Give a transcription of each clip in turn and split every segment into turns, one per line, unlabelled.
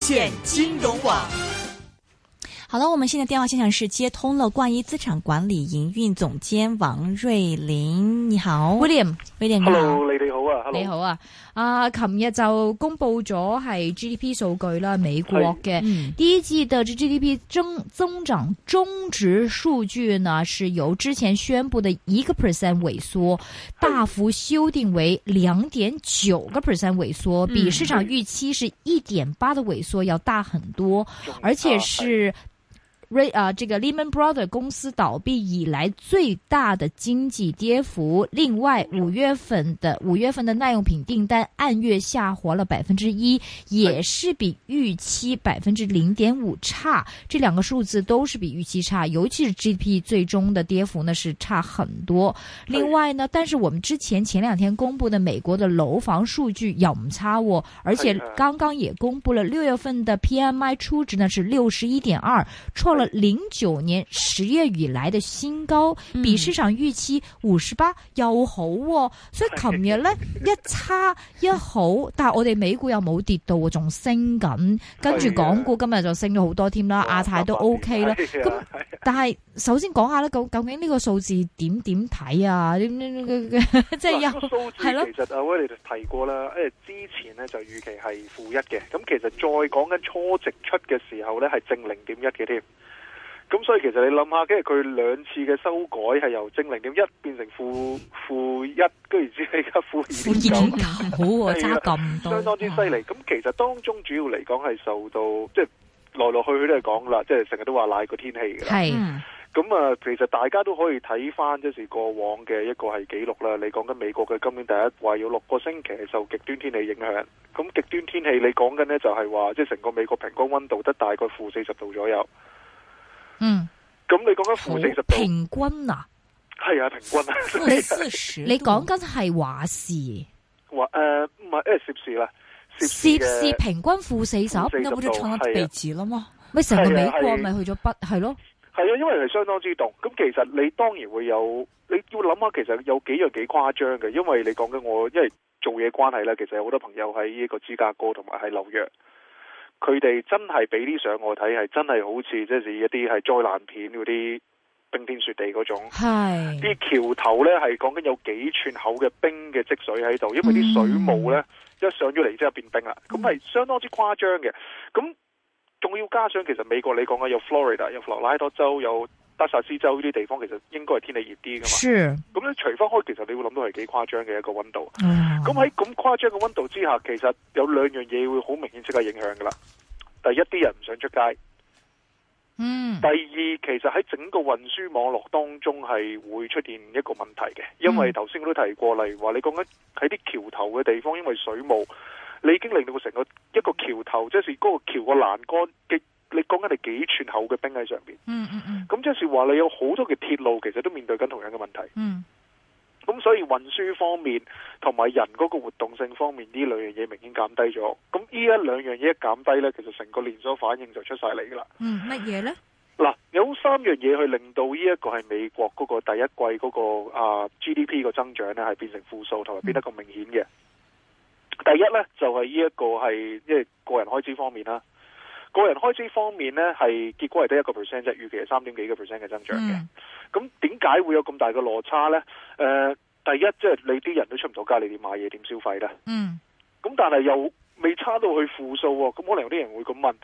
见金融网。
好了，我们现在电话现场是接通了冠一资产管理营运总监王瑞麟，你好
William，
，William 你好
Hello，你哋好啊，Hello，
你好啊！啊，琴日就公布咗係 GDP 數據啦，美國嘅
嗯
第一季的 GDP 增增长终值数据呢，是由之前宣布的一个 percent 萎缩，大幅修订为两点九个 percent 萎缩，比
嗯
市场预期是一点八的萎缩要大很多。
仲有
而且
啊
是瑞啊、这个 Lehman Brothers 公司倒闭以来最大的经济跌幅。另外，五月份的五月份的耐用品订单按月下滑了百分之一，也是比预期百分之零点五差。这两个数字都是比预期差，尤其是 GDP 最终的跌幅呢是差很多。另外呢，但是我们之前前两天公布的美国的楼房数据又唔差喎，而且
是的
刚刚也公布了六月份的 PMI 初值呢是六十一点二，创了零九年十月以来的新高，
嗯
比市场预期五十八又好喎、所以琴日呢，一差一好，但系我哋美股又冇跌到喎，仲升緊，跟住
是的
港股今日就升咗好多
啊
添啦，亞太都 OK 啦。，
咁
咁但係首先講下啦，究究竟呢個數字點點睇啊？點點點點即係
嗱
有
個數字
係咯
其實阿威你就提過啦，誒之前呢就預期係負一嘅，咁其實再講緊初值出嘅時候呢係正零點一嘅添。咁所以其實你諗下，跟住佢兩次嘅修改係由正零點一變成負負一，跟住之後而家負
副
二
業
點九，
主好喎，
係
差
啦
咁多，
相當之犀利。咁其實當中主要嚟講係受到即係來來去去都係講啦，即係成日都話賴個天氣㗎啦。
係
嗯
咁啊，其實大家都可以睇翻，即是過往嘅一個係記錄啦。你講緊美國嘅今年第一季有六個星期係受極端天氣影響。咁極端天氣你講緊呢，就係話，即係成個美國平均温度得大概負四十度左右。
嗯，
咁你講緊
好
負四十度，
平均啊！
係啊，平均啊，
負四十度，
你講緊係華氏，
話誒唔係誒攝氏啦，攝氏
攝氏
嘅
平均負四十，
40
那不就成了
度
北極了嗎？
咪成個美
係
國
啊係
咪去咗北係咯？
係啊，因為係相當之凍。咁其實你當然會有，你要諗下其實有幾樣幾誇張嘅，因為你講緊我因為做嘢關係啦，其實有好多朋友喺呢個芝加哥同埋喺紐約，佢哋真係俾啲相我睇，係真係好似即係一啲係災難片嗰啲冰天雪地嗰種。
係
啲橋頭呢係講緊有幾寸厚嘅冰嘅積水喺度，因為啲水霧呢一上咗嚟之後變冰啦，咁係相當之誇張嘅。咁仲要加上其實美國你講緊有 Florida、有佛羅拉多州、有德薩斯州呢啲地方，其實應該係天氣熱啲噶
是，
嘛。咁你除翻開，其實你會諗到係幾誇張嘅一個温度。咁
咁
喺咁誇張嘅温度之下，其實有兩樣嘢會好明顯即刻影響噶啦。第一啲人唔想出街，
嗯
第二，其實喺整個運輸網絡當中係會出現一個問題嘅，因為頭先我都提過，例如話你講緊喺啲橋頭嘅地方，因為水務，你已經令到成個一個橋頭，即係嗰個橋個欄杆嘅，你講緊係幾寸厚嘅冰喺上面。
嗯嗯嗯
咁即係話你有好多嘅鐵路其實都面對緊同樣嘅問題。
嗯
咁所以運輸方面同埋人嗰個活動性方面呢兩樣嘢明顯減低咗。咁呢一兩樣嘢一減低呢，其實成個連鎖反應就出晒嚟㗎啦。
嗯，乜嘢咧？
嗱，有三樣嘢去令到呢一個係美國嗰個第一季嗰、個啊 GDP 個增長咧係變成負數，同埋變得咁明顯嘅。第一呢，就係呢一個係即係個人開支方面啦，個人開支方面呢，係結果係得一個 percent 啫，預期係三點幾個 percent 嘅增長嘅。
嗯
咁點解會有咁大嘅落差呢？誒、第一即係、你啲人都出唔到街，你點買嘢點消費呢？
嗯
咁但係又未差到去負數喎，咁可能有啲人會咁問。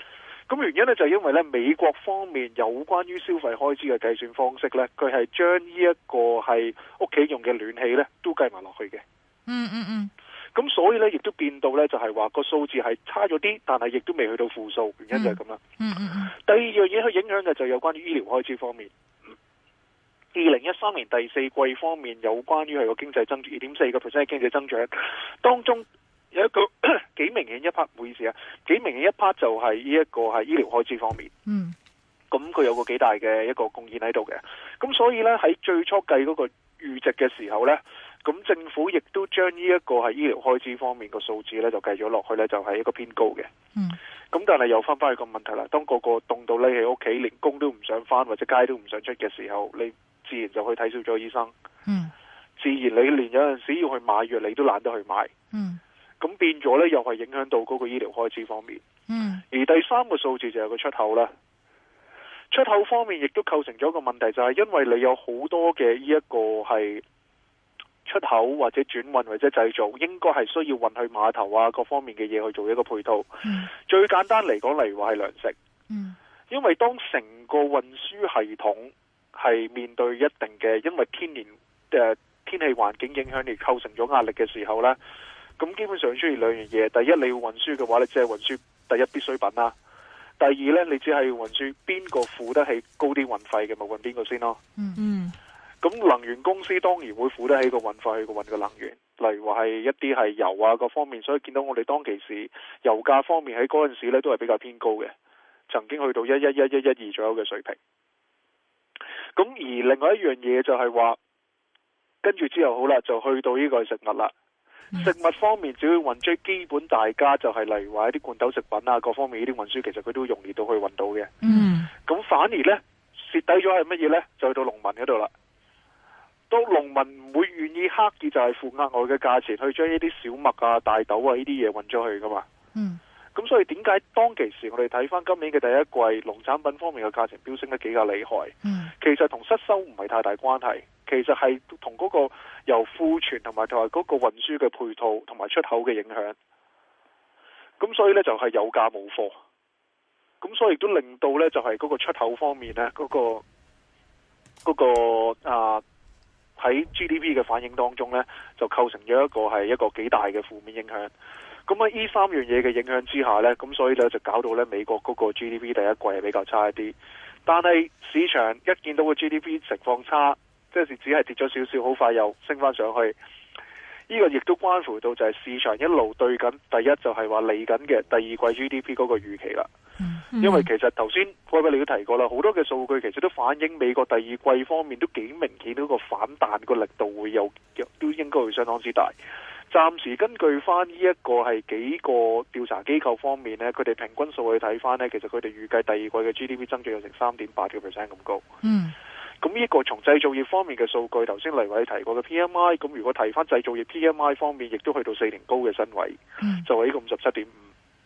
咁原因呢，就係因為呢美國方面有關於消費開支嘅計算方式呢，佢係將呢一個係屋企用嘅暖氣呢都計埋落去嘅。
嗯嗯嗯，
咁所以呢，亦都變到呢，就係話個數字係差咗啲，但係亦都未去到負數，原因就係咁啦。
嗯嗯嗯，
第二樣嘢去影響嘅就有關於醫療開支方面。二零一三年第四季方面有關於係個經濟增長二點四個 percent 嘅經濟增長，當中有一個 幾明顯一 part，唔好意思啊，幾明顯一 part 就係呢一個係醫療開支方面，
嗯
咁佢有個幾大嘅一個貢獻喺度嘅，咁所以呢，喺最初計嗰個預值嘅時候呢，咁政府亦都將呢一個係醫療開支方面個數字呢，就計咗落去呢，就係一個偏高嘅。
嗯
咁但係又翻返去個問題啦，當個個凍到匿喺屋企，連工都唔想翻，或者街都唔想出嘅時候，你自然就去睇少咗醫生，
嗯
自然你連有陣時要去買藥，你都懶得去買，
嗯
咁變咗呢，又係影響到嗰個醫療開支方面。
嗯，
而第三個數字就係個出口啦。出口方面亦都構成咗一個問題，就係、因為你有好多嘅呢一個係出口或者轉運或者製造，應該係需要運去碼頭啊各方面嘅嘢去做一個配套。
嗯
最簡單嚟講，例如話係糧食，
嗯
因為當成個運輸系統係面對一定嘅，因為天然誒、呃天氣環境影響而構成咗壓力嘅時候呢，咁基本上出現兩樣嘢。第一，你要運輸嘅話，你只係運輸第一必需品啦；第二呢，你只係運輸邊個付得起高啲運費嘅，咪運邊個先咯。
嗯
嗯
咁能源公司當然會付得起個運費去個運個能源，例如話係一啲係油啊各方面，所以見到我哋當其時油價方面喺嗰陣時呢都係比較偏高嘅，曾經去到一一一一一二左右嘅水平。咁而另外一樣嘢就係話，跟住之後好啦，就去到呢個食物啦。食物方面，只要運最基本，大家就係例如話一啲罐頭食品啊，各方面呢啲運輸，其實佢都容易到去運到嘅。
嗯
嗯
咁反而呢，蝕底咗係乜嘢呢？就去到農民嗰度啦。到農民唔會願意刻意就係付額外嘅價錢去將呢啲小麥啊、大豆啊呢啲嘢運咗去噶嘛。
嗯
咁所以點解當其時我哋睇翻今年嘅第一季農產品方面嘅價錢飆升得幾咁厲害？
嗯
其實同失收唔係太大關係，其實係同嗰個由庫存同埋同埋嗰個運輸嘅配套同埋出口嘅影響。咁所以呢，就係有價冇貨，咁所以亦都令到呢，就係嗰個出口方面呢，嗰、個嗰、個啊喺 GDP 嘅反應當中呢，就構成咗一個係一個幾大嘅負面影響。咁喺呢三樣嘢嘅影響之下呢，咁所以呢，就搞到呢美國嗰個 GDP 第一季係比較差一啲。但係市場一見到個 GDP 情況差，即係只係跌咗少少，好快又升翻上去。呢、個亦都關乎到就係市場一路對緊，第一就係話嚟緊嘅第二季 GDP 嗰個預期啦。因為其實頭先威威你都提過啦，好多嘅數據其實都反映美國第二季方面都幾明顯嗰個反彈個力度會有，都應該會相當之大。暫時根據翻呢一個係幾個調查機構方面呢，佢哋平均數去睇翻呢，其實佢哋預計第二季嘅 GDP 增長有成三點八個 percent 咁高。
嗯
咁呢個從製造業方面嘅數據，頭先黎偉提過嘅 PMI，咁如果提翻製造業 PMI 方面，亦都去到四年高嘅新位，
嗯
就係呢個五十七點五。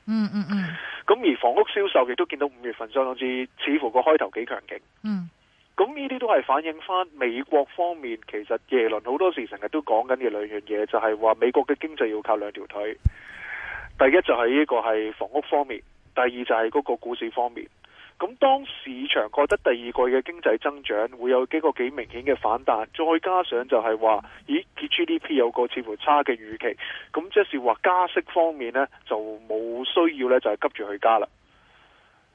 嗯嗯嗯
咁而房屋銷售亦都見到五月份相當之，似乎個開頭幾強勁。
嗯
咁呢啲都係反映翻美國方面，其實耶倫好多時成日都講緊嘅兩樣嘢，就係話美國嘅經濟要靠兩條腿，第一就係呢個係房屋方面，第二就係嗰個股市方面。咁當市場覺得第二季嘅經濟增長會有幾個幾明顯嘅反彈，再加上就係話，咦，GDP 有個似乎差嘅預期，咁即是話加息方面呢，就冇需要呢，就係急住去加啦。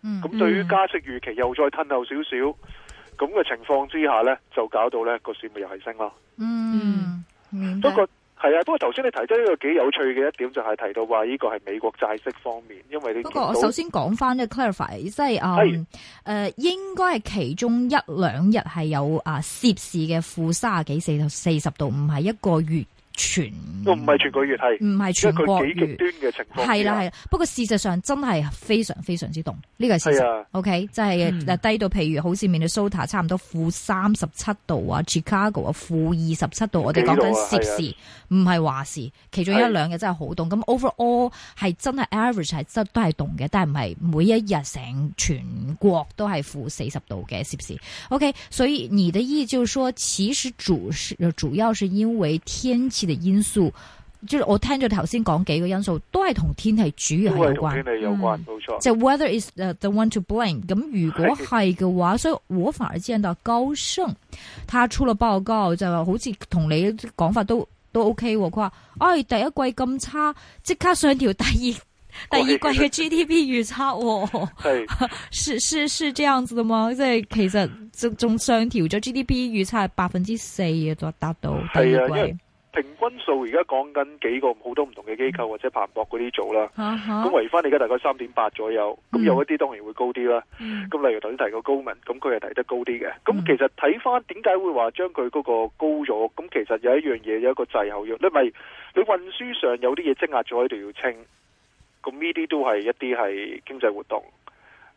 嗯
咁對於加息預期又再吞後少少，咁嘅情況之下呢，就搞到呢個市咪又係升咯。
嗯，明白
不過係啊，不過頭先你提咗一個幾有趣嘅一點，就係提到話呢個係美國債息方面，因為你
不
見
過
到
我首先講翻呢 clarify，即係誒
係
誒，應該係其中一兩日係有啊攝氏嘅負卅幾四四十度，唔係一個月全，
都唔係全個月係，
唔係
因
全
為
國
佢幾
月
極，端嘅啊情況之下。
係啦係啦。不過事實上真係非常非常之凍，呢個係事
係
實。
啊，
OK，即係
嗯
嗱低到譬如好似 Minnesota 差唔多負三十七度啊，Chicago 啊負二十七度，我哋講緊攝氏，唔係話事。其中一
係
兩日真係好凍，咁 overall 係真係 average 係真都係凍嘅，但係唔係每一日成全國都係負四十度嘅攝氏。OK，所以你的意思就是說，其實主是主要是因為天氣的因素，即係我聽咗頭先講幾個因素，都係同天氣主
都
要係有
係同
關嗯
天。氣有關，冇錯。
就 weather is the, the one to blame。咁如果係嘅話，所以我反而見到高盛，他出了報告就話好似同你講法都都 OK 喎。佢話：，唉、第一季咁差，即刻上調第二 第二季嘅 GDP 預測、喎。
係
是是是這樣子的嗎？即係其實仲仲上調咗 GDP 預測係百分之四嘅，就達到第
係啊
二
因為
季。
平均數而家講緊幾個好多唔同嘅機構或者彭博嗰啲做啦。
嚇嚇
咁圍翻而家大概三點八左右，咁
哦嗯
有一啲當然會高啲啦。
嗯
咁例如頭先提過高文，咁佢係提得高啲嘅。
嗯
咁其實睇翻點解會話將佢嗰個高咗？咁其實有一樣嘢有一個滯後藥，你咪你運輸上有啲嘢積壓咗喺度要清，咁呢啲都係一啲係經濟活動。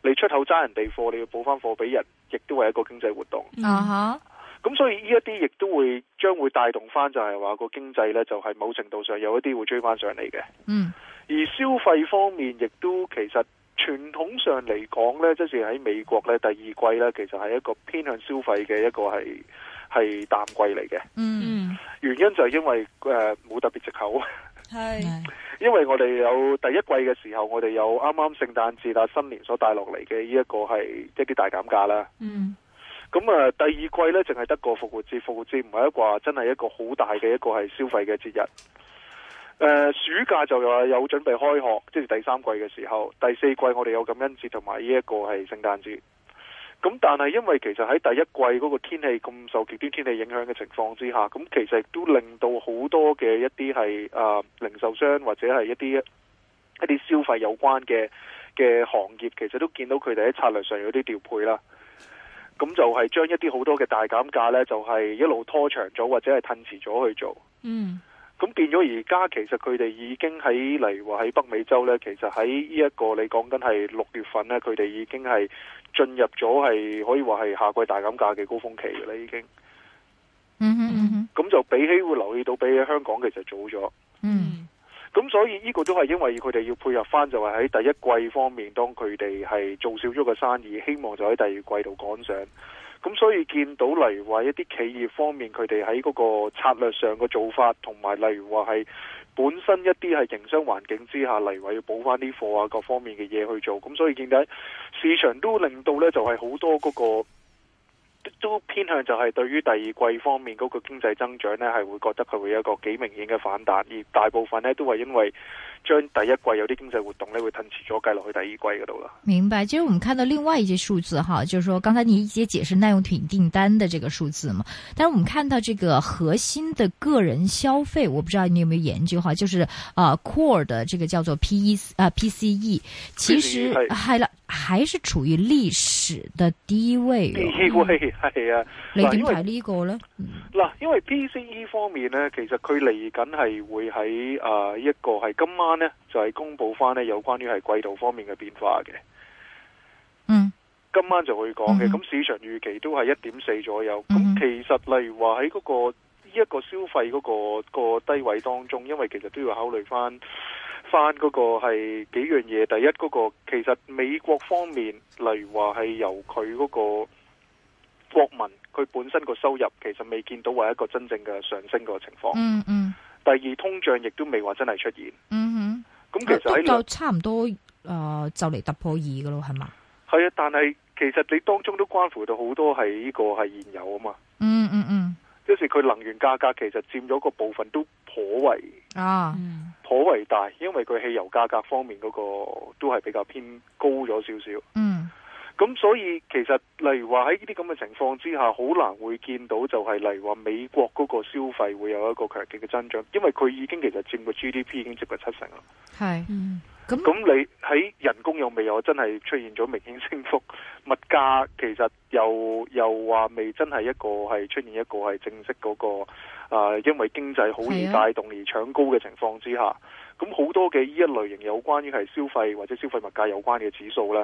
你出口揸人哋貨，你要補翻貨俾人，亦都係一個經濟活動。
啊
咁所以呢一啲亦都會將會帶動翻，就係話個經濟呢，就係某程度上有一啲會追翻上嚟嘅。
嚇嗯
而消費方面，亦都其實傳統上嚟講呢，即是喺美國呢，第二季呢，其實係一個偏向消費嘅一個係係淡季嚟嘅。
嗯
嗯，
原因就係因為誒冇、特別藉口，
係
係
因為我哋有第一季嘅時候，我哋有啱啱聖誕節啊、新年所帶落嚟嘅呢一個係一啲大減價啦。
嗯
咁啊，第二季呢，淨係得個復活節，復活節唔係一個話真係一個好大嘅一個係消費嘅節日。誒、暑假就有有準備開學，即係第三季嘅時候，第四季我哋有感恩節同埋呢一個係聖誕節。咁但係因為其實喺第一季嗰個天氣咁受極端天氣影響嘅情況之下，咁其實亦都令到好多嘅一啲係啊零售商或者係一啲一啲消費有關嘅嘅行業，其實都見到佢哋喺策略上有啲調配啦。咁就係將一啲好多嘅大減價呢，就係一路拖長咗或者係褪遲咗去做。
嗯
咁變咗而家其實佢哋已經喺例如話喺北美洲呢，其實喺呢一個你講緊係六月份呢，佢哋已經係進入咗係可以話係夏季大減價嘅高峰期嘅啦，已經。
嗯哼嗯哼
咁就比起會留意到，比起香港其實早咗。
嗯
咁所以呢個都係因為佢哋要配合翻，就係喺第一季方面，當佢哋係做少咗個生意，希望就喺第二季度趕上。咁所以見到例如話一啲企業方面，佢哋喺嗰個策略上嘅做法，同埋例如話係本身一啲係營商環境之下，例如話要補翻啲貨啊，各方面嘅嘢去做。咁所以見到市場都令到呢，就係好多嗰、個。都都偏向就係對於第二季方面嗰個經濟增長呢，係會覺得佢會有一個幾明顯嘅反彈，而大部分呢，都係因為將第一季有啲經濟活動呢，會褪遲咗計落去第二季嗰度啦。
明白，其實我們看到另外一些數字哈，就是說剛才你也解釋耐用品訂單的這個數字嘛，但是我們看到這個核心的個人消費，我不知道你有沒有研究哈，就是啊 core 的這個叫做 P E 啊 P C E，其實
PCE 係
係啦，還是處於歷史的低位
呢
喎。
位係啊，
你
嗱
點
因為
睇呢個呢？
嗱，因為 PCE 方面呢，其實佢嚟緊係會喺啊、一個係今晚呢，就係、公佈翻呢有關於係季度方面嘅變化嘅。
嗯
今晚就會講嘅，
嗯
咁、市場預期都係一點四左右。咁、
嗯哼
其實例如話喺嗰個呢一、個消費嗰、個、個低位當中，因為其實都要考慮翻翻嗰個係幾樣嘢。第一嗰、個其實美國方面，例如話係由佢嗰個國民佢本身個收入，其實未見到話一個真正嘅上升個情況。
嗯嗯
第二通脹亦都未話真係出現。
嗯
咁
哼，
其實喺
都夠差唔多啊，就嚟突破二嘅咯，係嘛？
係啊，但係其實你當中都關乎到好多係呢個係現有啊嘛。
嗯嗯嗯
即是佢能源價格其實佔咗個部分都頗為
啊，
嗯
頗為大，因為佢汽油價格方面嗰個都係比較偏高咗少少。
嗯
咁所以其實例如話喺呢啲咁嘅情況之下，好難會見到就係例如話美國嗰個消費會有一個強勁嘅增長，因為佢已經其實佔個 GDP 已經接近七成啦。
係
嗯
咁
咁你喺人工又未有真係出現咗明顯升幅，物價 其實又又話未真係一個係出現一個係正式嗰、個啊、因為經濟好
係
而
啊
帶動而搶高嘅情況之下，咁好多嘅呢一類型有關於係消費或者消費物價有關嘅指數呢，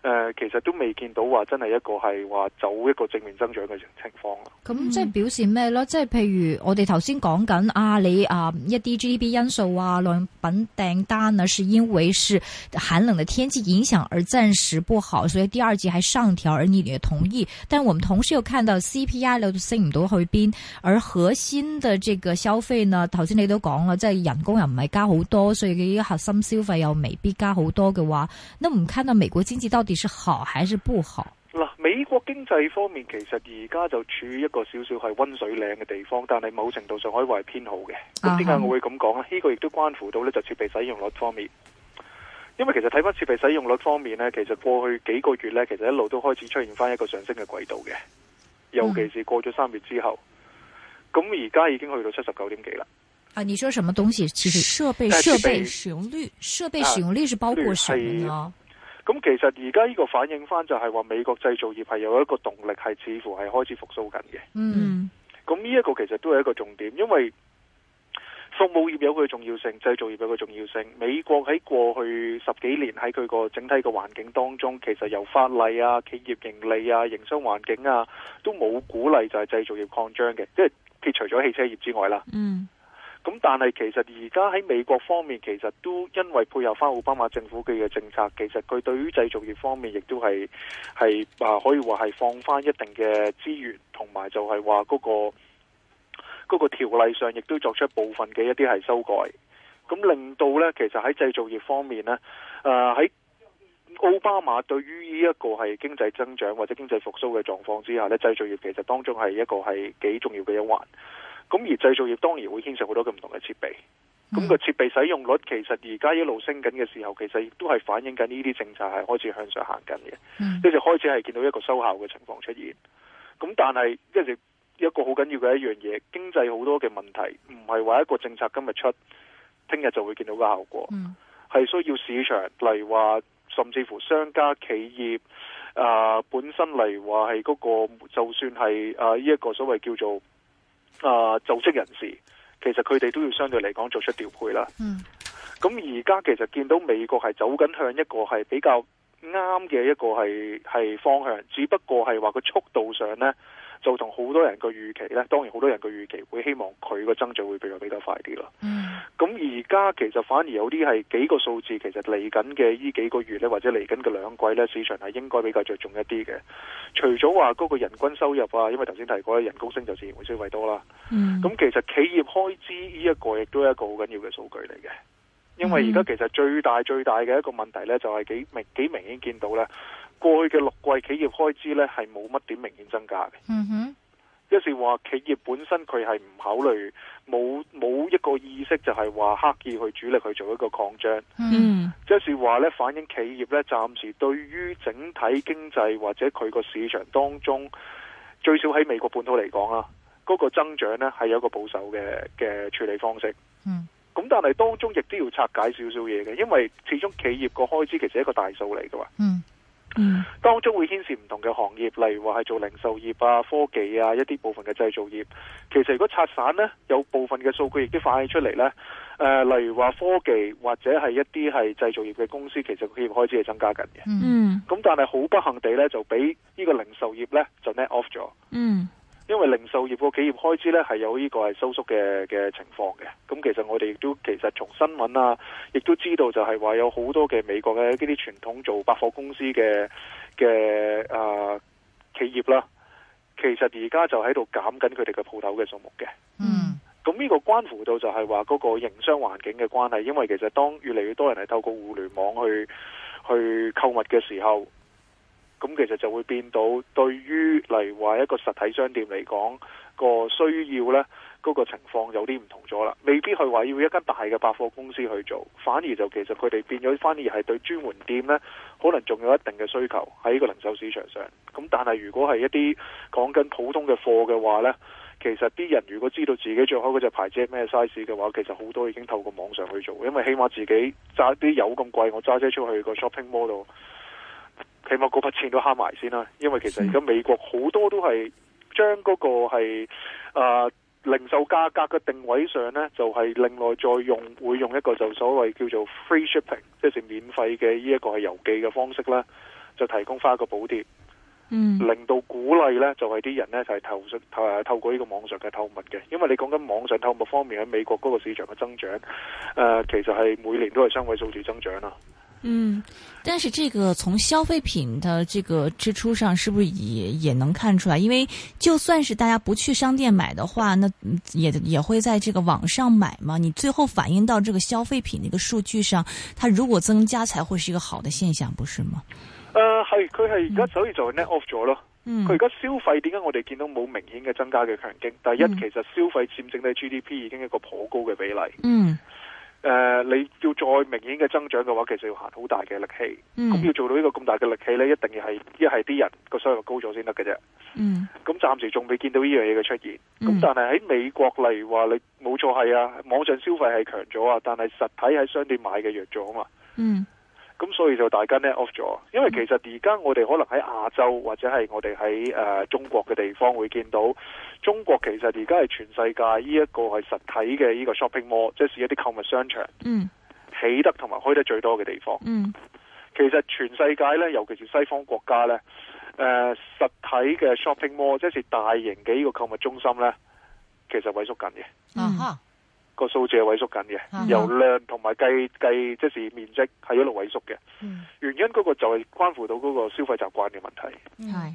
誒、其實都未見到話真係一個係話走一個正面增長嘅情情況啦。
咁
嗯
即係表示咩咯？即係譬如我哋頭先講緊啊，你啊一啲 GDP 因素啊，耐用品訂單呢，是因為是寒冷的天氣影響而暫時不好，所以第二季還上調，而你也同意。但我們同時又看到 CPI 咧都升唔到去邊，而核心的這個消費呢，頭先你都講啦，即係人工又唔係加好多，所以佢啲核心消費又未必加好多嘅話，那我們看到美國經濟到底是好還是不好？
嗱，美國經濟方面其實而家就處於一個少少係温水嶺嘅地方，但係某程度上可以話係偏好嘅。
啊
咁點解
哈
我會咁講呢？呢、個亦都關乎到呢就設備使用率方面，因為其實睇翻設備使用率方面呢，其實過去幾個月呢，其實一路都開始出現翻一個上升嘅軌道嘅，尤其是過咗三月之後，咁而家已經去到七十九點幾啦。
啊，你說什麼東西？其實
設備
但
設
是
備
被
使用率，
設備使用率是包括什麼呢？
咁其實而家呢個反映翻就係話美國製造業係有一個動力係似乎係開始復甦緊嘅。
嗯
咁呢一個其實都係一個重點，因為服務業有佢嘅重要性，製造業有佢嘅重要性。美國喺過去十幾年喺佢個整體嘅環境當中，其實由法例啊、企業盈利啊、營商環境啊，都冇鼓勵就係製造業擴張嘅，即係撇除咗汽車業之外啦。
嗯
咁咁但係其實而家喺美國方面，其實都因為配合翻奧巴馬政府佢嘅政策，其實佢對於製造業方面亦都係係啊，可以話係放翻一定嘅資源，同埋就係話嗰個嗰、個條例上亦都作出部分嘅一啲係修改，咁令到呢，其實喺製造業方面呢，誒、喺奧巴馬對於呢一個係經濟增長或者經濟復甦嘅狀況之下呢，製造業其實當中係一個係幾重要嘅一環。咁而製造業當然會牽涉好多嘅唔同嘅設備。
嗯
咁、個設備使用率其實而家一路升緊嘅時候，其實亦都係反映緊呢啲政策係開始向上行緊嘅。
嗯
一直開始係見到一個收效嘅情況出現。咁但係一直一個好緊要嘅一樣嘢，經濟好多嘅問題唔係話一個政策今日出，聽日就會見到個效果，
嗯
係需要市場，例如話甚至乎商家、企業啊、本身嚟話係嗰個，就算係啊呢一個所謂叫做啊、就職人士，其實佢哋都要相對嚟講做出調配啦。
嗯
咁而家其實見到美國係走緊向一個係比較啱嘅一個係係方向，只不過係話個速度上呢，就同好多人個預期呢，當然好多人個預期會希望佢個增長會比較比較快啲咯。
嗯
咁而家其實反而有啲係幾個數字，其實嚟緊嘅呢幾個月呢，或者嚟緊嘅兩季呢，市場係應該比較着重一啲嘅。除咗話嗰個人均收入啊，因為頭先提過咧，人工升就自然會消費多啦。
嗯
咁其實企業開支呢一個亦都係一個好緊要嘅數據嚟嘅，因為而家其實最大最大嘅一個問題呢，就係幾明幾明顯見到呢過去嘅六季企業開支呢係冇乜點明顯增加嘅，
嗯哼
即是話企業本身佢係唔考慮冇冇一個意識就係話刻意去主力去做一個擴張，
嗯
嗯
即是話呢反映企業呢暫時對於整體經濟或者佢個市場當中，最少喺美國本土嚟講啦，嗰、個增長呢係有一個保守嘅嘅處理方式。
嗯
咁但係當中亦都要拆解少少嘢嘅，因為始終企業個開支其實係一個大數嚟㗎嘛，
嗯
嗯
當中會牽涉唔同嘅行業，例如話係做零售業啊、科技啊一啲部分嘅製造業。其實如果拆散呢，有部分嘅數據亦都反映出嚟呢。誒、例如話科技或者係一啲係製造業嘅公司，其實企業開支係增加緊嘅。
嗯
嗯
咁但係好不幸地呢，就俾呢個零售業呢就 net off 咗。
嗯
因為零售業個企業開支咧係有呢個係收縮嘅嘅情況嘅，咁其實我哋亦都其實從新聞啊，亦都知道就係話有好多嘅美國嘅一啲傳統做百貨公司嘅嘅啊企業啦，其實而家就喺度減緊佢哋嘅鋪頭嘅數目嘅。
嗯
咁呢個關乎到就係話嗰個營商環境嘅關係，因為其實當越嚟越多人係透過互聯網去去購物嘅時候，咁其實就會變到對於例如話一個實體商店嚟講，個需要呢嗰、個情況有啲唔同咗啦，未必去話要一間大嘅百貨公司去做，反而就其實佢哋變咗，反而係對專門店呢，可能仲有一定嘅需求喺個零售市場上。咁但係如果係一啲講緊普通嘅貨嘅話呢。其實啲人如果知道自己着開嗰隻牌子係咩 size 嘅話，其實好多已經透過網上去做，因為起碼自己揸啲油咁貴，我揸車出去個 shopping mall 度，起碼嗰筆錢都慳埋先啦。因為其實而家美國好多都係將嗰個係啊、零售價格嘅定位上呢，就係、另外再用會用一個就所謂叫做 free shipping，即係免費嘅呢一個係郵寄嘅方式啦，就提供翻一個補貼。
嗯
令到鼓勵呢，就係、啲人呢，就係、透透誒透過呢個網上嘅購物嘅，因為你講緊網上購物方面喺美國嗰個市場嘅增長，誒、其實係每年都係雙位數字增長啊啦。
嗯，但是这个从消费品的这个支出上，是不是也也能看出来？因为就算是大家不去商店买的话，那嗯也也会在这个网上买嘛。你最后反映到这个消费品的一个数据上，它如果增加，才会是一个好的现象，不是吗？
誒係，佢係而家所以就 net off 咗咯。
嗯
佢而家消費點解我哋見到冇明顯嘅增加嘅強勁？第一，
嗯
其實消費佔整體 GDP 已經一個頗高嘅比例。
嗯
誒、呃你要再明顯嘅增長嘅話，其實要行好大嘅力氣。咁、
嗯
要做到呢個咁大嘅力氣呢，一定要係一係啲人個收入高咗先得嘅啫。
嗯
咁暫時仲未見到呢樣嘢嘅出現。咁、
嗯
但係喺美國例如話你冇錯係啊，網上消費係強咗啊，但係實體喺商店買嘅弱咗啊嘛。
嗯
咁所以就大家 net off 咗，因為其實而家我哋可能喺亞洲或者係我哋喺誒中國嘅地方會見到，中國其實而家係全世界呢一個係實體嘅呢個 shopping mall，即係一啲購物商場
嗯
起得同埋開得最多嘅地方。
嗯
其實全世界咧，尤其是西方國家咧，誒、呃、實體嘅 shopping mall，即是大型嘅呢個購物中心咧，其實萎縮緊嘅。
嗯
哈
個數字係萎縮緊嘅，
啊
由量同埋計計即是面積係一路萎縮嘅。
嗯，
原因嗰個就係關乎到嗰個消費習慣嘅問題。
嗯
嗨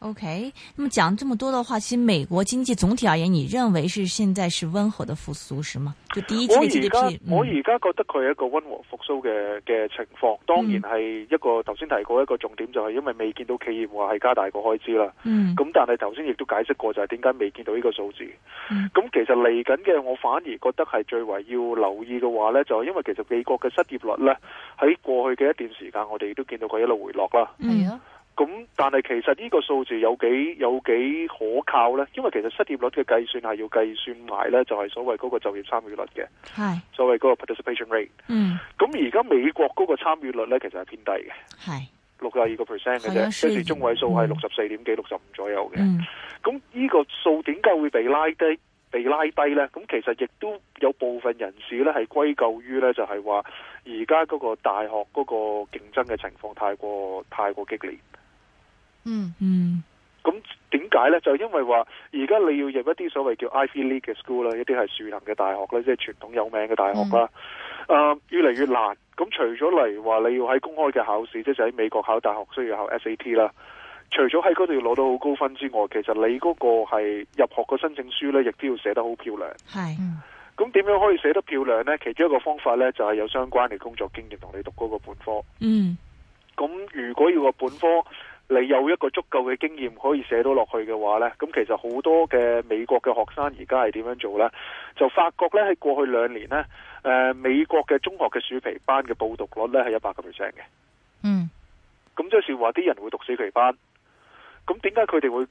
OK，那么讲这么多的话，其实美国经济总体而言，你认为是现在是温和的复苏是吗？就第一季
我
的
而家
GDP，
我而家覺得佢係一個温和復甦嘅嘅情況，當
嗯
然係一個頭先提過一個重點，就係因為未見到企業話係加大個開支啦。
嗯
咁但係頭先亦都解釋過，就係點解未見到呢個數字。
嗯
咁其實嚟緊嘅，我反而覺得係最為要留意嘅話呢，就係因為其實美國嘅失業率呢，喺過去嘅一段時間，我哋都見到佢一路回落啦。
嗯
係啊，
咁但係其實呢個數字有幾有幾可靠呢？因為其實失業率嘅計算係要計算埋呢，就係所謂嗰個就業參與率嘅，
嗨
所謂嗰個 participation rate。
嗯
咁而家美國嗰個參與率呢，其實係偏低嘅，
嗨
六十二個 percent 嘅
係啊
啫，
是
跟住中位數係
嗯
六十四點幾、六十五左右嘅。
嗯
咁呢個數點解會被拉低？被拉低呢？咁其實亦都有部分人士呢係歸咎於呢，就係話而家嗰個大學嗰個競爭嘅情況太過太過激烈。
嗯
嗯
咁點解呢？就因為話而家你要入一啲所謂叫 Ivy League 嘅 school 啦，一啲係樹行嘅大學啦，即係傳統有名嘅大學啦。誒、越嚟越難。咁除咗嚟話你要喺公開嘅考試，即係喺美國考大學需要考 SAT 啦。除咗喺嗰度要攞到好高分之外，其實你嗰個係入學個申請書呢，亦都要寫得好漂亮。
嗨
嗯
咁點樣可以寫得漂亮呢？其中一個方法呢，就係、有相關嘅工作經驗同你讀嗰個本科。
嗯
咁如果要個本科你有一個足夠嘅經驗可以寫到落去嘅話呢，咁其實好多嘅美國嘅學生而家係點樣做呢？就發覺呢，喺過去兩年呢，誒、美國嘅中學嘅暑期班嘅報讀率呢係一百個 percent 嘅，
嗯
咁即係話啲人會讀暑期班。咁點解佢哋會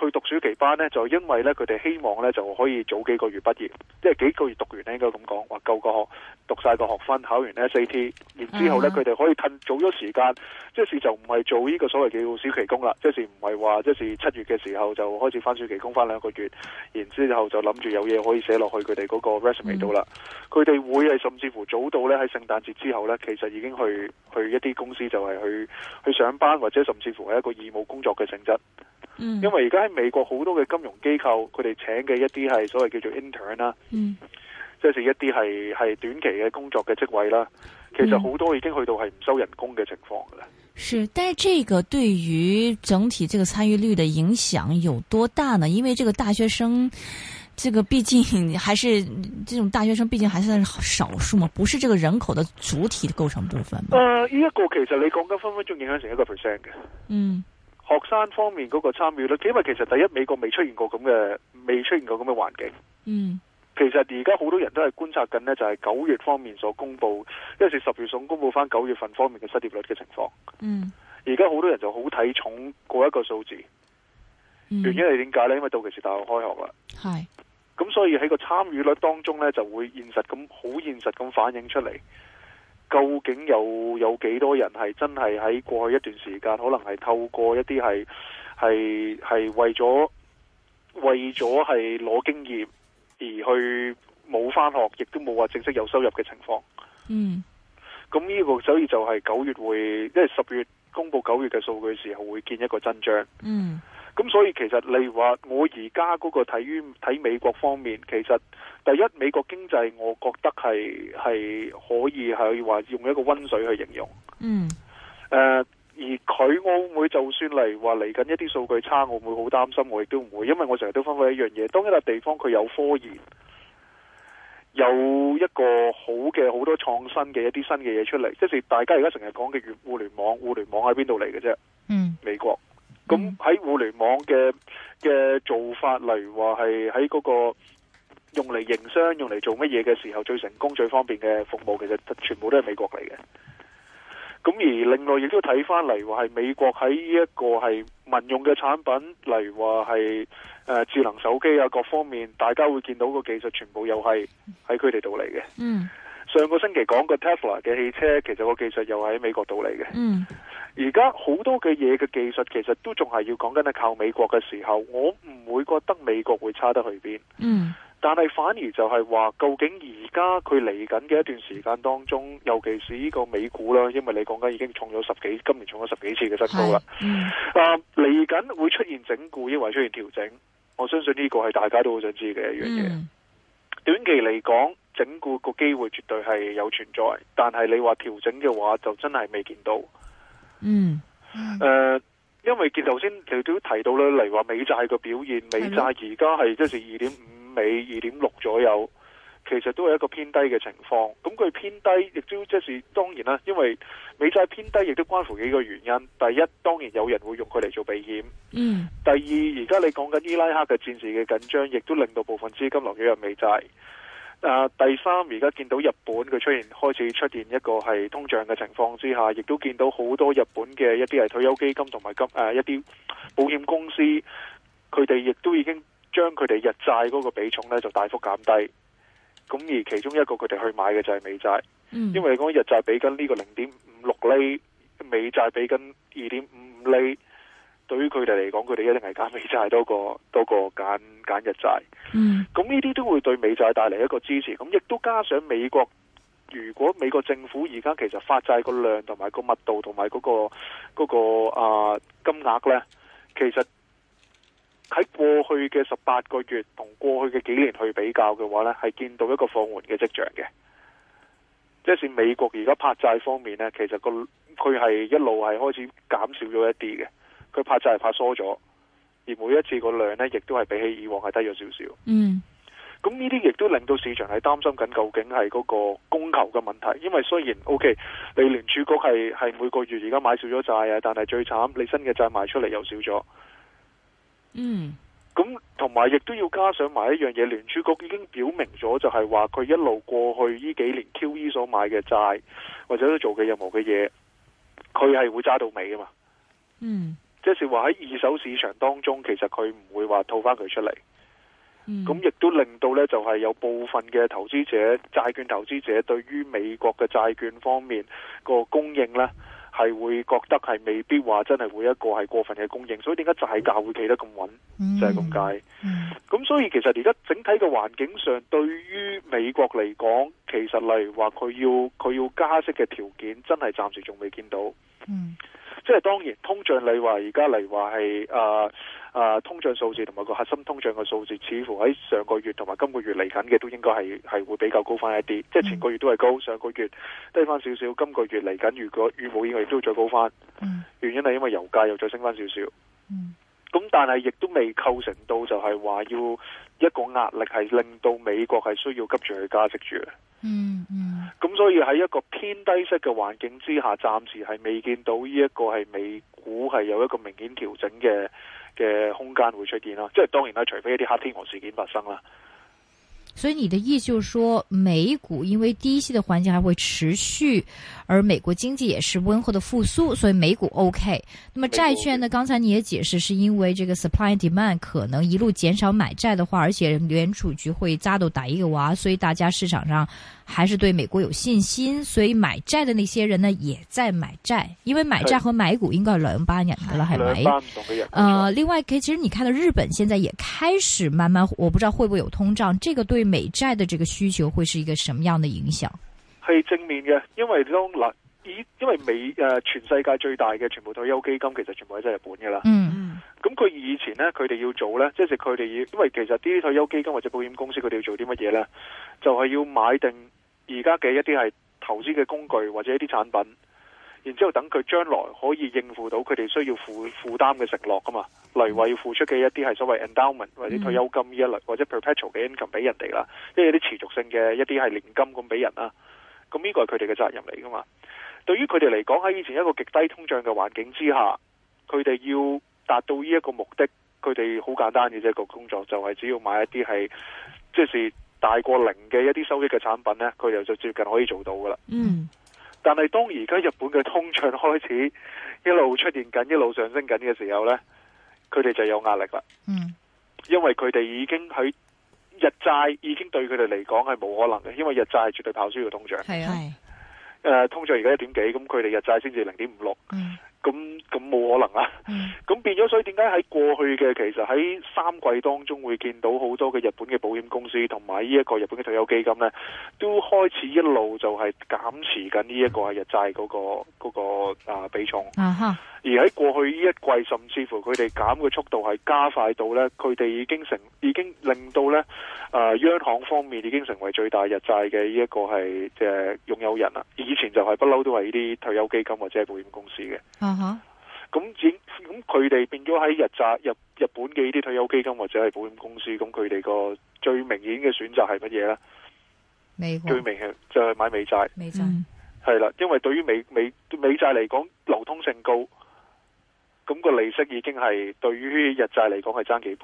去讀暑期班呢？就因為呢，佢哋希望呢就可以早幾個月畢業，即係幾個月讀完呢，應該咁講，話夠個學讀晒個學分，考完 SAT，然之後呢，
嗯
佢哋可以褪早咗時間，即是就唔係做呢個所謂叫暑期工啦，即是唔係話即是七月嘅時候就開始返暑期工返兩個月，然之後就諗住有嘢可以寫落去佢哋嗰個 resume 度啦。佢哋會係甚至乎早到呢，喺聖誕節之後呢，其實已經去去一啲公司就係去去上班，或者甚至乎係一個義務工作嘅性質。
嗯，
因為而家喺美國好多嘅金融機構，佢哋請嘅一啲係所謂叫做 intern 啦，
嗯
即係一啲係係短期嘅工作嘅職位啦。其實好多已經去到係唔收人工嘅情況㗎啦。
是，但是这个对于整体这个参与率的影响有多大呢？因为这个大学生，这个毕竟还是这种大学生，毕竟还算是少数嘛，不是这个人口的主体的构成部分
誒、
嘛。
呢一個其實你講緊分分鐘影響成一個 percent 嘅
嗯
學生方面嗰個參與率，因為其實第一美國未出現過咁嘅未出現過咁嘅環境。
嗯
其實而家好多人都係觀察緊呢，就係九月方面所公布，因為十月所公布翻九月份方面嘅失業率嘅情況。
嗯
而家好多人就好睇重嗰一個數字，
嗯，
原因係點解呢？因為到期時大學開學啦。
嗨，
咁所以喺個參與率當中呢，就會現實咁好現實咁反映出嚟，究竟有有幾多人係真係喺過去一段時間，可能係透過一啲係係係為咗為咗係攞經驗而去冇返學，亦都冇話正式有收入嘅情況。
嗯
咁呢個所以就係九月會，即係十月公布九月嘅數據時候，會見一個真章。
嗯
咁所以其實你話我而家嗰個睇於睇美國方面，其實第一美國經濟，我覺得係係可以係話用一個温水去形容。
嗯
誒、而佢我會唔會就算嚟話嚟緊一啲數據差，我會好擔心，我亦都唔會，因為我成日都分析一樣嘢，當一笪地方佢有科研，有一個好嘅好多創新嘅一啲新嘅嘢出嚟，即係大家而家成日講嘅互聯網，互聯網喺邊度嚟嘅啫？
嗯
美國。咁喺互聯網嘅嘅做法，例如話係喺嗰個用嚟營商、用嚟做乜嘢嘅時候，最成功、最方便嘅服務，其實全部都係美國嚟嘅。咁而另外亦都睇翻嚟話係美國喺呢一個係民用嘅產品，例如話係誒智能手機啊各方面，大家會見到個技術全部又係喺佢哋度嚟嘅。
嗯
上個星期講個 Tesla 嘅汽車，其實個技術又係喺美國度嚟嘅。
嗯
而家好多嘅嘢嘅技術其實都仲係要講緊係靠美國嘅時候，我唔會覺得美國會差得去邊，
嗯
但係反而就係話，究竟而家佢嚟緊嘅一段時間當中，尤其是呢個美股啦，因為你講緊已經重咗十幾，今年重咗十幾次嘅新高啦
嗨，，嗯
啊嚟緊會出現整固，抑或出現調整，我相信呢個係大家都好想知嘅一樣嘢。
嗯
短期嚟講，整固個機會絕對係有存在，但係你話調整嘅話，就真係未見到。
嗯
誒、因為見頭先你都提到咧，例如話美債嘅表現，美債而家係即係二點五美、二點六左右，其實都係一個偏低嘅情況。咁佢偏低，亦都即係當然啦，因為美債偏低，亦都關乎幾個原因。第一，當然有人會用佢嚟做避險；
嗯
第二，而家你講緊伊拉克嘅戰事嘅緊張，亦都令到部分資金流入美債。啊，第三，而家見到日本佢出現開始出現一個係通脹嘅情況之下，亦都見到好多日本嘅一啲係退休基金同埋金誒、啊一啲保險公司，佢哋亦都已經將佢哋日債嗰個比重呢就大幅減低。咁而其中一個佢哋去買嘅就係美債，
嗯，
因為講日債比緊呢個零點五六厘，美債比緊二點五五厘，對於佢哋嚟講，佢哋一定係揀美債多過多過揀揀日債。
嗯
咁呢啲都會對美債帶嚟一個支持，咁亦都加上美國，如果美國政府而家其實發債個量同埋個密度同埋嗰個嗰個啊金額呢，其實喺過去嘅十八個月同過去嘅幾年去比較嘅話呢，係見到一個放緩嘅跡象嘅。即是美國而家拍債方面呢，其實個佢係一路係開始減少咗一啲嘅，佢拍債係拍疏咗，而每一次個量呢，亦都係比起以往係低咗少少。
嗯
咁呢啲亦都令到市場係擔心緊，究竟係嗰個供求嘅問題。因為雖然 O.K. 你聯儲局係係每個月而家買少咗債啊，但係最慘你新嘅債賣出嚟又少咗。
嗯
咁同埋亦都要加上埋一樣嘢，聯儲局已經表明咗，就係話佢一路過去呢幾年 QE 所買嘅債或者都做嘅任何嘅嘢，佢係會揸到尾㗎嘛。
嗯
即是話喺二手市場當中，其實佢唔會話套翻佢出嚟。
嗯，
咁亦都令到呢，就係有部分嘅投資者、債券投資者對於美國嘅債券方面個供應呢，係會覺得係未必話真係會一個係過分嘅供應，所以點解債價會企得咁穩，就係咁解。
嗯
咁所以其實而家整體嘅環境上，對於美國嚟講，其實例如話佢要佢要加息嘅條件，真係暫時仲未見到。
嗯
即係當然，通脹你話而家嚟話係啊啊通脹數字同埋個核心通脹嘅數字，似乎喺上個月同埋今個月嚟緊嘅都應該係係會比較高翻一啲。即係前個月都係高，上個月低翻少少，今個月嚟緊如果預冇意外亦都會再高翻。
嗯
原因係因為油價又再升翻少少。
嗯
咁但係亦都未構成到就係話要一個壓力係令到美國係需要急住去加息住。
嗯嗯
咁所以喺一個偏低息嘅環境之下，暫時係未見到呢一個係美股係有一個明顯調整嘅嘅空間會出現啦。即係當然啦，除非一啲黑天鵝事件發生啦。
所以你的意思就是说，美股因为低息的环境还会持续，而美国经济也是温和的复苏，所以美股 OK。那么债券呢？
美股 OK
刚才你也解释，是因为这个 supply and demand 可能一路减少买债的话，而且联储局会扎到打一个娃，所以大家市场上还是对美国有信心，所以买债的那些人呢也在买债，因为买债和买股应该是两班人的了，还
兩
买。
班唔同嘅人，
呃，另外，可以其实你看到日本现在也开始慢慢，我不知道会不会有通胀，这个对美债的这个需求会是一个什么样的影响？
係正面嘅，因為當嗱，以因為美誒、呃全世界最大嘅全部退休基金其實全部喺晒日本㗎啦。
嗯
嗯
咁佢以前呢，佢哋要做呢，即係佢哋要，因為其實啲退休基金或者保險公司佢哋要做啲乜嘢呢？就係、要買定而家嘅一啲係投資嘅工具或者一啲產品，然之後等佢將來可以應付到佢哋需要負負擔嘅承諾啊嘛，例如話要付出嘅一啲係所謂 endowment 或者退休金呢一類，或者 perpetual 嘅 income 俾人哋啦，即係一啲持續性嘅一啲係年金咁俾人啦。咁呢個係佢哋嘅責任嚟噶嘛。對於佢哋嚟講，喺以前一個極低通脹嘅環境之下，佢哋要達到呢一個目的，佢哋好簡單嘅啫。個工作就係只要買一啲係即是大過零嘅一啲收益嘅產品呢，佢哋就接近可以做到噶啦。
嗯
但係當而家日本嘅通脹開始一路出現緊，一路上升緊嘅時候呢，佢哋就有壓力啦，
嗯
因為佢哋已經喺日債已經對佢哋嚟講係冇可能嘅，因為日債係絕對跑輸個通脹。
系啊，
係
誒、通脹而家一點幾，咁佢哋日債先至零點五六，
嗯
咁咁冇可能啦。
嗯
咁變咗咗，所以點解喺過去嘅其實喺三季當中會見到好多嘅日本嘅保險公司同埋呢一個日本嘅退休基金呢，都開始一路就係減持緊呢一個係日債嗰、個嗰、個啊比重。
啊哈，
而喺過去呢一季，甚至乎佢哋減嘅速度係加快到呢，佢哋已經成已經令到呢誒、呃央行方面已經成為最大日債嘅呢一個係即係擁有人啦。以前就係不嬲都係呢啲退休基金或者係保險公司嘅。
啊哈，
咁已咁佢哋變咗喺日債日日本嘅呢啲退休基金或者係保險公司，咁佢哋個最明顯嘅選擇係乜嘢呢？
美國
最明顯就係買美債，
美債，
嗯
係啦，因為對於美美美債嚟講，流通性高，咁、個利息已經係對於日債嚟講係爭幾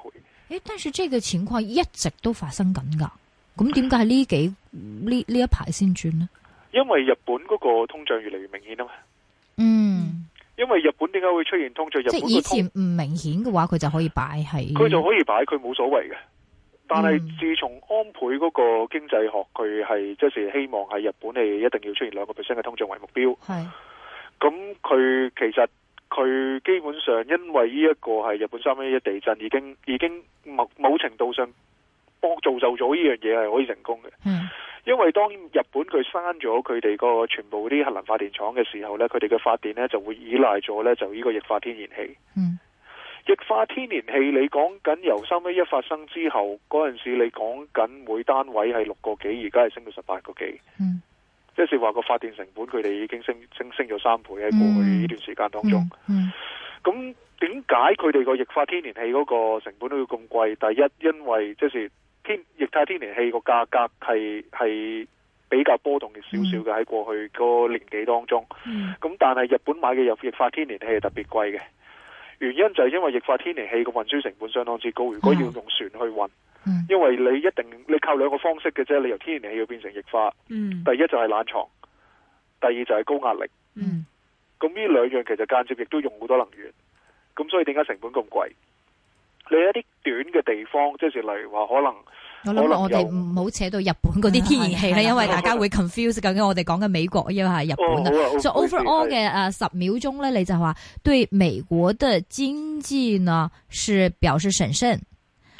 倍。
誒，但是呢個情況一直都發生緊㗎，咁點解呢幾呢呢一排先轉呢？
因為日本嗰個通脹越嚟越明顯啊嘛，
嗯，
因為日本點解會出現通脹？日
即係
本個
以
通
前唔明顯嘅話，佢就可以擺喺，
佢就可以擺，佢冇所謂嘅。但係
嗯
自從安倍嗰個經濟學，佢係即是希望喺日本係一定要出現兩個 percent 嘅通脹為目標。
係
咁佢其實佢基本上因為呢一個係日本三一一地震，已經已經某某程度上幫造就咗呢樣嘢係可以成功嘅。
嗯
因為當日本佢刪咗佢哋個全部啲核能發電廠嘅時候呢，佢哋嘅發電呢就會依賴咗呢就呢個液化天然氣。
嗯
液化天然氣，你講緊由三一一發生之後嗰陣時，你講緊每單位係六個幾，而家係升到十八個幾，
嗯
即是話個發電成本佢哋已經升升升咗三倍喺過去呢段時間當中。
嗯
咁點解佢哋個液化天然氣嗰個成本都要咁貴？第一，因為即是天液態天然氣個價格係係比較波動嘅少少嘅喺過去嗰年幾當中。
嗯
咁但係日本買嘅液化天然氣係特別貴嘅，原因就係因為液化天然氣個運輸成本相當之高，如果要用船去運，
嗯
因為你一定你靠兩個方式嘅啫，你由天然氣要變成液化，
嗯
第一就係冷藏，第二就係高壓力，
嗯
咁呢兩樣其實間接亦都用好多能源，咁所以點解成本咁貴？你一啲短嘅地方，即是例如話可能
我
可
諗
能
我哋
有
唔好扯到日本嗰啲 天然氣
係啦
啦，因為
嗯係啦
大家會 confuse 究竟我哋講緊美國，因為係日
哦
本啊。
好啊
所以
好唔好意思
overall
係
嘅誒十秒鐘咧，你就話對美國的經濟呢是表示審慎，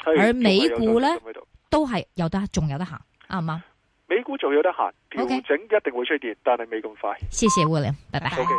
係啊
而美股呢
仲係有咗喺度
都係有得仲有得行，啱唔啱？
美股仲有得行，調
OK
整一定會出現，但係未咁快。
謝謝 William，拜拜。
OK。